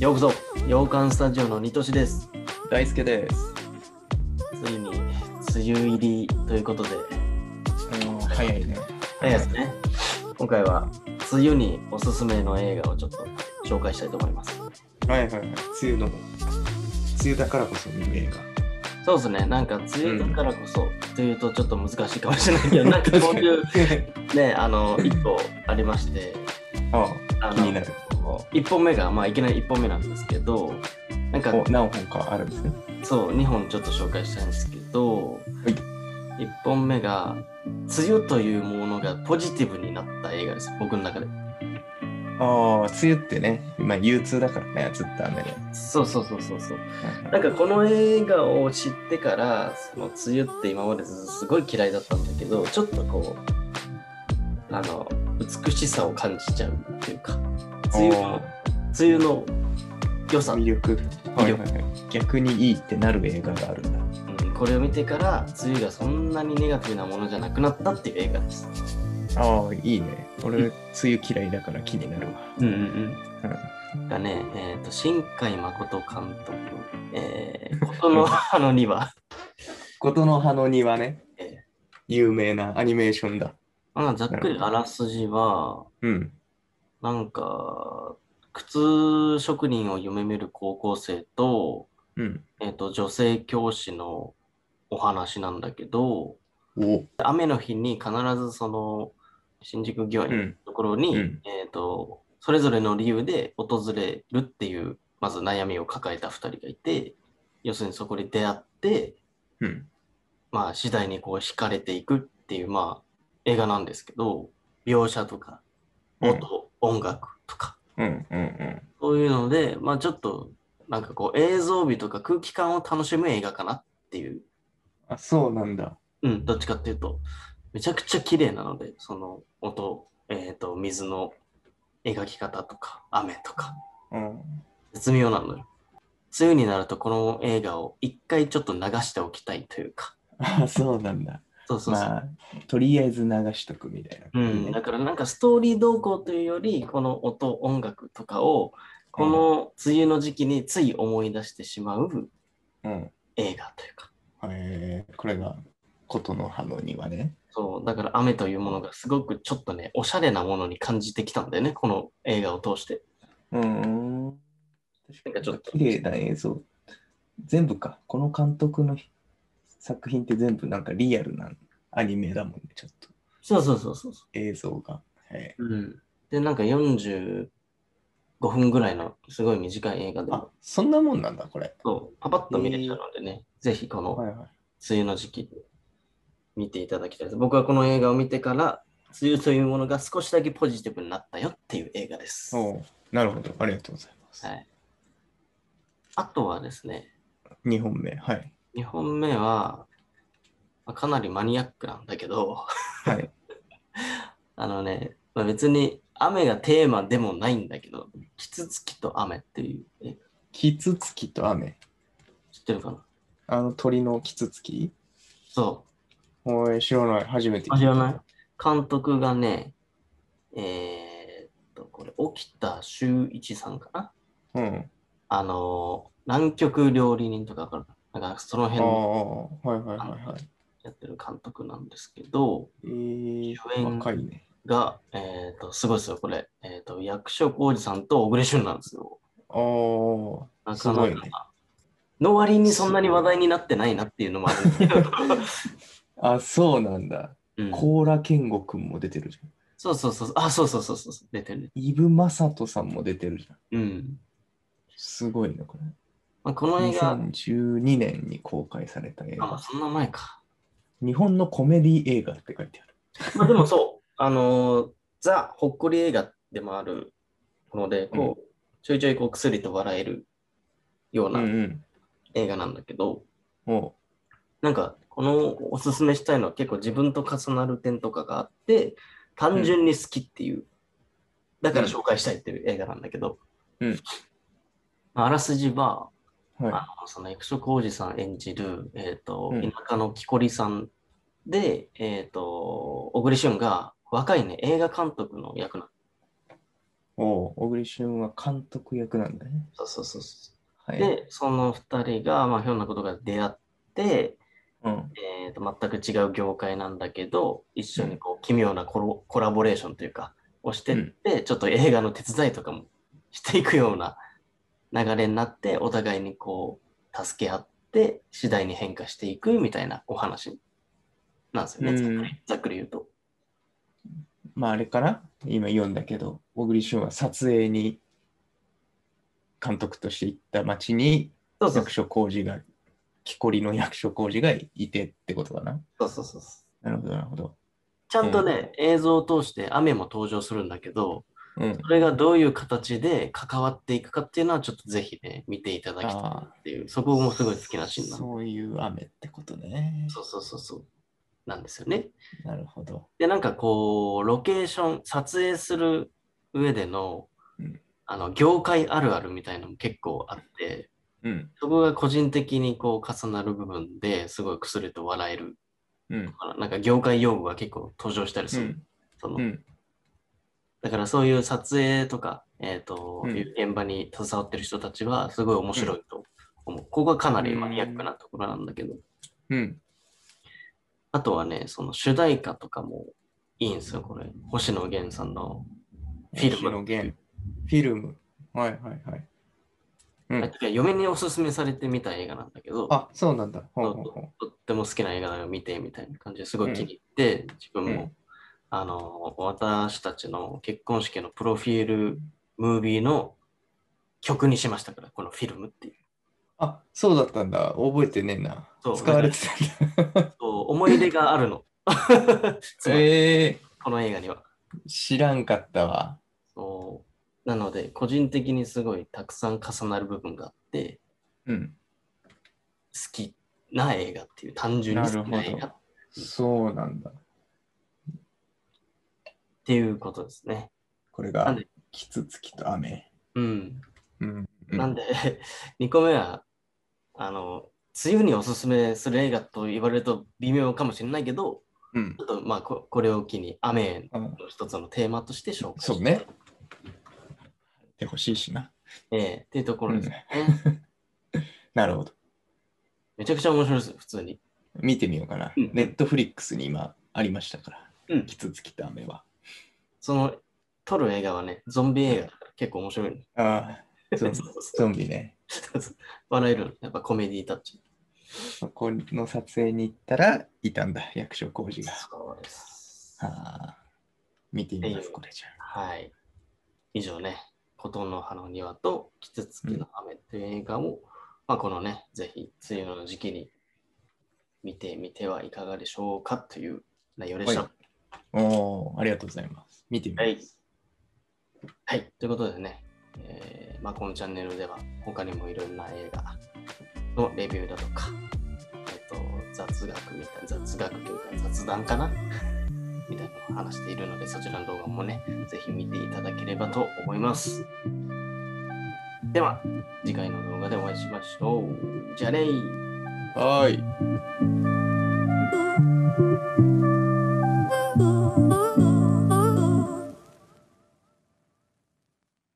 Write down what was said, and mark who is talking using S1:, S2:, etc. S1: ようこそ洋館スタジオのニトシです
S2: 大輔です。
S1: ついに梅雨入りということで
S2: あの早いね。
S1: 早いですね今回は梅雨におすすめの映画をちょっと紹介したいと思います
S2: はいはいはい。梅雨の。梅雨だからこそ見る映
S1: そうですねなんか梅雨だからこそ、というとちょっと難しいかもしれないけどなんかそう いうねあの一個ありまして
S2: 画。あ
S1: あ
S2: あ、気
S1: の
S2: になる。
S1: 1本目がまあいきなり1本目なんですけどなんか
S2: お何本かあるんですね。
S1: そう、2本ちょっと紹介したいんですけど、1本目が、梅雨というものがポジティブになった映画です、僕の中で。
S2: ああ、梅雨ってね、今憂鬱だからね、ずっと雨で。
S1: そうそうそうそうそう。なんかこの映画を知ってから、その梅雨って今まですごい嫌いだったんだけど、ちょっとこう、あの、美しさを感じちゃうっていうか、梅雨の、梅雨の良さ、
S2: 魅力。はいはいはい。逆にいいってなる映画があるんだ。
S1: うんこれを見てから、梅雨がそんなにネガティブなものじゃなくなったっていう映画です。
S2: ああ、いいね。俺、
S1: うん
S2: 梅雨嫌いだから気になるわ。
S1: うんうんうん。
S2: うん
S1: がね、えー、と新海誠監督、えー、こと の葉の2は、
S2: ことの葉の庭ね
S1: ええ。
S2: 有名なアニメーションだ。
S1: まあ、ざっくりあらすじは、
S2: うん。
S1: なんか、靴職人を夢見る高校生と、
S2: うん。
S1: えー、と女性教師のお話なんだけど、
S2: お
S1: 雨の日に必ずその新宿御苑
S2: う
S1: の
S2: ん。
S1: ところに、
S2: うん
S1: えー、とそれぞれの理由で訪れるっていう、まず悩みを抱えた2人がいて、要するにそこに出会って、
S2: うん。
S1: まあ、次第にこう惹かれていくっていう、まあ、映画なんですけど、描写とか、
S2: うん
S1: 音、音楽とか、
S2: うん。うん。うん。
S1: そういうので、まあ、ちょっと、なんかこう、映像美とか空気感を楽しむ映画かなっていう、
S2: あ、そうなんだ。
S1: うん、どっちかっていうと、めちゃくちゃ綺麗なので、その音、えっ、と、水の描き方とか、雨とか、
S2: うん。
S1: 絶妙なのよ。梅雨になると、この映画を一回ちょっと流しておきたいというか、
S2: あ、 そうなんだ。
S1: そうそうそう。
S2: まあ、とりあえず流しとくみたいな
S1: う
S2: 感じね。
S1: ん、だからなんかストーリー動向というよりこの音音楽とかをこの梅雨の時期につい思い出してしまう
S2: うん。
S1: 映画というか
S2: えーこれが、琴の葉の庭ね。
S1: そうだから雨というものがすごくちょっとねおしゃれなものに感じてきたんだよねこの映画を通して
S2: うん。
S1: なんかちょっと
S2: 綺麗な映像。全部か。この監督の作品って全部なんかリアルなアニメだもんね、ちょっと。
S1: そうそうそうそうそ
S2: 映像が。はい、
S1: う、うん、でなんか45分ぐらいのすごい短い映画で
S2: あ、そんなもんなんだ、これ。
S1: そうパパッと見れちゃうのでね、ぜひこの
S2: はいはい。
S1: 梅雨の時期見ていただきたいです。僕はこの映画を見てから、梅雨というものが少しだけポジティブになったよっていう映画です。は
S2: おうなるほど。ありがとうございます。
S1: い、あとはですね、
S2: 二2本目。はい。
S1: 2本目は、まあかなりマニアックなんだけど、
S2: はい。
S1: あのね、まあ、別に雨がテーマでもないんだけど、キツツキと雨っていう映画、
S2: キツツキと雨。
S1: 知ってるかな
S2: あの鳥のキツツキ
S1: そ
S2: おい、知らない。初めて
S1: う。あ知らない監督がね、えーっと、これ、沖田修一さんかな
S2: うん。
S1: あのー、南極料理人とかわかるなんかその
S2: ああ、
S1: 辺の
S2: はいはいはいはい。
S1: やってる監督なんですけど、
S2: えー
S1: 主演
S2: 若いね。
S1: が、えっ、と、すごいですよ、これ。えっ、と、役所広司さんと小栗旬なんですよ。
S2: ああ、
S1: な
S2: す
S1: かな
S2: ご
S1: か、
S2: いね。
S1: の割にそんなに話題になってないなっていうのもあるんですけ ど。
S2: あ、そうなんだ。
S1: うん、
S2: コーラ健吾くんも出てるじゃん。
S1: そうそうそう、あ、そうそうそうそう、出てる。
S2: イブマサトさんも出てるじゃん。
S1: うん。
S2: すごいね、こ
S1: まあ、この
S2: れ。
S1: 映画、
S2: 2012年に公開された映
S1: あ、まあ、
S2: 画。
S1: そんな前か。
S2: 日本のコメディ映画って書いてある。
S1: まあ、でもそう、あのーザ・ほっこり映画でもあるので、こう、ちょいちょいこう、薬と笑えるような、
S2: ん
S1: 映画なんだけど、
S2: うん。おう
S1: なんかこのおすすめしたいのは結構自分と重なる点とかがあって、単純に好きっていう、だから紹介したいっていう映画なんだけど、
S2: うん
S1: まああらすじは、
S2: は
S1: あのその役所広司さん演じる、えーと
S2: うん
S1: 田舎の木こりさんで、えー、と小栗旬が若い、ね、映画監督の役なの
S2: い。おおう小栗旬は監督役なんだね。
S1: そうそうそうそ
S2: は
S1: う。
S2: い。
S1: で、その二人が、まあ、ひょんなことが出会って、
S2: うん。
S1: えー、と全く違う業界なんだけど、一緒にこう奇妙なコロコラボレーションというか、をしてって、ちょっと映画の手伝いとかもしていくような流れになって、お互いにこう、助け合って、次第に変化していくみたいなお話なんですよね、
S2: うん
S1: ざっくり言うと。
S2: まああれから今読んだけど、小栗旬は撮影に監督として行った町に
S1: そうそう
S2: 役所広司が、木こりの役所広司がいてってことだな。
S1: そうそうそうそう。
S2: なるほど、なるほど。
S1: ちゃんとね、映像を通して雨も登場するんだけど、
S2: うん。
S1: それがどういう形で関わっていくかっていうのは、ちょっとぜひね、見ていただきたい
S2: あ
S1: っていう、そこもすごい好きなシーンなの。
S2: そういう雨ってことね。
S1: そうそうそうそう。なんですよね。
S2: なるほど。
S1: で、なんかこう、ロケーション、撮影する上での、
S2: うん
S1: あの、業界あるあるみたいなのも結構あって、
S2: うん。
S1: そこが個人的にこう重なる部分ですごいくすれと笑える
S2: うん。
S1: から。なんか業界用語が結構登場したり
S2: う
S1: する。
S2: ん。
S1: その
S2: うん。
S1: だからそういう撮影とか、えーと
S2: うん
S1: いう現場に携わってる人たちはすごい面白いと思う。ここがかなりマニアックなところなんだけど。
S2: うん。
S1: あとはね、その主題歌とかもいいんですよ、これ。星野源さんのフィル
S2: 星
S1: ム。
S2: 野源フィルム。はいはいはい。うん
S1: あてか嫁におすすめされてみた映画なんだけど、
S2: あ、そうなんだ。ほうほうほう。
S1: とっても好きな映画だよ、見てみたいな感じですごい気に入って、自分も、
S2: うん
S1: あの、私たちの結婚式のプロフィールムービーの曲にしましたから、このフィルムっていう。
S2: あ、そうだったんだ。覚えてねえな
S1: そ。う
S2: 使われて たんだ。
S1: そう思い出があるの。つまり
S2: え
S1: この映画には。
S2: ー、知らんかったわ。
S1: そうなので、個人的にすごいたくさん重なる部分があって、
S2: うん。
S1: 好きな映画っていう、単純に好きな映
S2: なるほ
S1: 画
S2: ど
S1: っ
S2: そうなんだ。
S1: ていうことですね。
S2: これ
S1: なん
S2: が
S1: で、
S2: キツツキと雨。
S1: うん。
S2: うん。
S1: なんで、2個目は、あの、梅雨におすすめする映画と言われると微妙かもしれないけど、
S2: うん。
S1: ちょっとまあこ、これを機に雨
S2: うん。
S1: の一つのテーマとして紹介して
S2: そうね。ってほしいしな。
S1: ええっていうところですね。
S2: なるほど。
S1: めちゃくちゃ面白いです、普通に。
S2: 見てみようかな。
S1: うん
S2: ネットフリックスに今ありましたから。
S1: うん
S2: キツツキと雨は。
S1: その、撮る映画はね、ゾンビ映画だから結構面白いの。
S2: ああ、ゾンビ
S1: そうそう
S2: ゾンビね。
S1: そう 笑えるの。やっぱコメディタッチ。
S2: そこの撮影に行ったらいたんだ、役所工事が。
S1: そうです。
S2: ああ、見てみま
S1: え
S2: す、
S1: え
S2: これじゃあ。
S1: はい。以上ね、コトンの葉の庭とキツツキの雨という映画を、まあこのね、ぜひ梅雨の時期に見てみてはいかがでしょうかという内容でした。
S2: はおお、ありがとうございます。見てみます。
S1: はい。はい。ということでね、えーまあ、このチャンネルでは他にもいろんな映画のレビューだとか、えっ、と、雑学みたいな、雑学というか雑談かな みたいなのを話しているので、そちらの動画もね、ぜひ見ていただければと思います。では、次回の動画でお会いしましょう。じゃあねー。
S2: はー
S3: 「
S2: い。